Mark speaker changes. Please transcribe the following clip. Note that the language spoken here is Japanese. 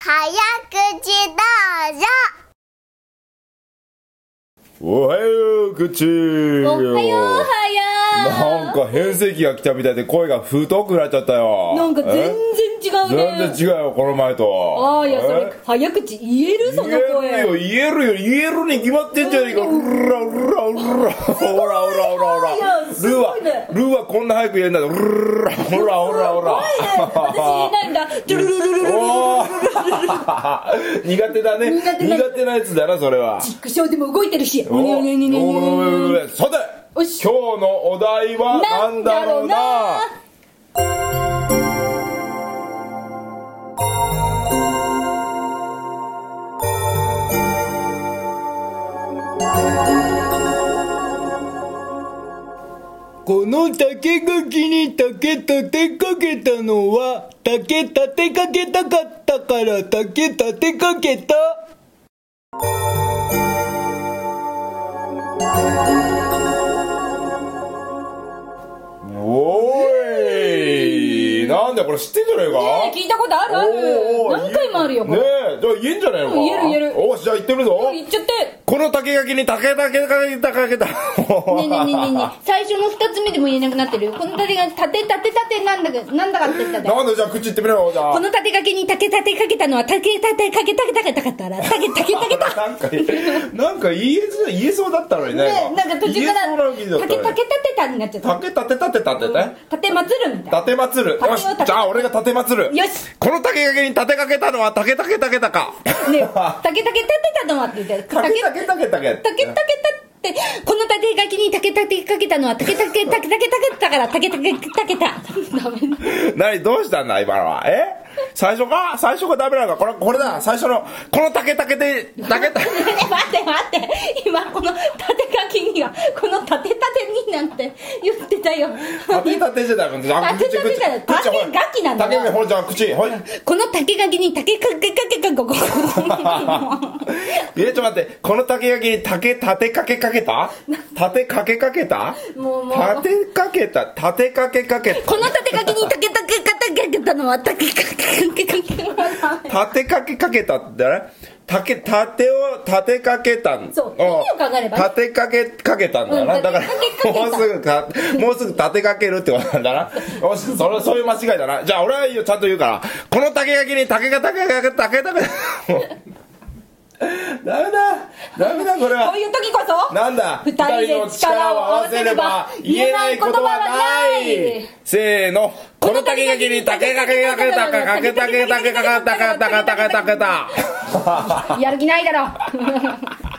Speaker 1: 早口どうぞ
Speaker 2: おはよう口
Speaker 3: おはようおはよ
Speaker 2: なんか変声期が来たみたいで声が太くなっちゃったよ
Speaker 3: うなんか全然違う
Speaker 2: え
Speaker 3: ね
Speaker 2: 全然違うよこの前と
Speaker 3: ああいやそれ
Speaker 2: え
Speaker 3: 早口言えるその
Speaker 2: 言えるよ
Speaker 3: 声
Speaker 2: 言えるよ言えるに決まってんじゃねえかうらうらうらほらほらほらほら
Speaker 3: いや
Speaker 2: ルー
Speaker 3: す
Speaker 2: は
Speaker 3: ごいね
Speaker 2: ルーはこんな早く言えんだぞうらほらほらほら
Speaker 3: 私言えないんだドゥルルルルルル
Speaker 2: おー 苦手だね
Speaker 3: 苦手だ
Speaker 2: 苦手なやつだなそれは
Speaker 3: クションでも動いてるし
Speaker 2: おおおさて
Speaker 3: よ
Speaker 2: 今
Speaker 3: し
Speaker 2: 日のお題は何だろうな
Speaker 4: この竹垣に竹立てかけたのは竹立てかけたかったから竹立てかけた
Speaker 2: おいなんだこれ知ってんじゃねえか
Speaker 3: え聞いたことあるあ
Speaker 2: おー
Speaker 3: る何回もあるよこ
Speaker 2: ね
Speaker 3: れ
Speaker 2: えじゃあ言えんじゃねえのか
Speaker 3: 言える言える
Speaker 2: おしじゃあ言ってみるぞ
Speaker 3: 言っちゃって
Speaker 2: この竹垣に竹竹かけたかけた
Speaker 3: ねえねえねえねえねえ最初の二つ目でも言えなくなってるこの縦が縦縦縦なんだかなんだかって言ったんだよ
Speaker 2: なんでじゃあ口言ってみろよじゃ
Speaker 3: こ
Speaker 2: あ
Speaker 3: の縦掛けに竹立てかけたのは竹立てかけたかったから竹竹竹た
Speaker 2: なんかなんか言えず言えそうだったのにね
Speaker 3: ね
Speaker 2: 今
Speaker 3: なんか途中から
Speaker 2: 言え
Speaker 3: 竹
Speaker 2: そうな
Speaker 3: 竹
Speaker 2: わけだったね
Speaker 3: 立てたになっちゃった
Speaker 2: 竹立て立て立てね
Speaker 3: 立てまつるみたいな
Speaker 2: 立てまつる
Speaker 3: 竹を
Speaker 2: よし
Speaker 3: 立て
Speaker 2: じゃあ俺が立てまつる
Speaker 3: よし
Speaker 2: この竹掛けに立てかけたのは竹竹竹高
Speaker 3: ねえ竹竹立てたのはって言って
Speaker 2: 竹竹竹竹
Speaker 3: 竹竹立ってこの竹垣に竹立てかけたのは竹竹竹竹竹だから竹竹竹たダメだ
Speaker 2: 何どうしたんだ今のはえ最初か最初がダメなのかこれこれだ最初のこの竹竹で竹竹
Speaker 3: ねえ待って待って今この縦書きにはこの縦縦になんて言ってたよ
Speaker 2: 立て立てじゃダメだ
Speaker 3: 立て立てじゃない
Speaker 2: 口口
Speaker 3: 竹垣なんだ
Speaker 2: 竹垣ほらじゃあ口ほい
Speaker 3: この竹垣に竹かけかけかけここ
Speaker 2: えちょっと待ってこの竹垣に竹立てかけかけた立てかけかけた
Speaker 3: もうもう
Speaker 2: 立てかけた立てかけかけた
Speaker 3: この縦書きに竹竹竹かけたのは竹かけかけかけ
Speaker 2: 立てかけかけたってだね竹立てを立てかけたん
Speaker 3: そう
Speaker 2: うん
Speaker 3: 意味を考えれば
Speaker 2: 立てかけかけたんだな、
Speaker 3: うん
Speaker 2: だから
Speaker 3: 立てかけ
Speaker 2: も
Speaker 3: た
Speaker 2: うすぐかもうすぐ立て かけるってことなんだなよしそれそういう間違いだなじゃあ俺は言うちゃんと言うからこの竹垣に竹が竹が竹が竹が竹が ダメだダメだこれ
Speaker 3: こ
Speaker 2: は
Speaker 3: ういう時こそ
Speaker 2: なんだ
Speaker 3: 二人で力を合わせれば言えない言葉はない
Speaker 2: せーのこの竹垣に竹がけかけたかけたけたけかかったかたかたかたかた
Speaker 3: やる気ないだろ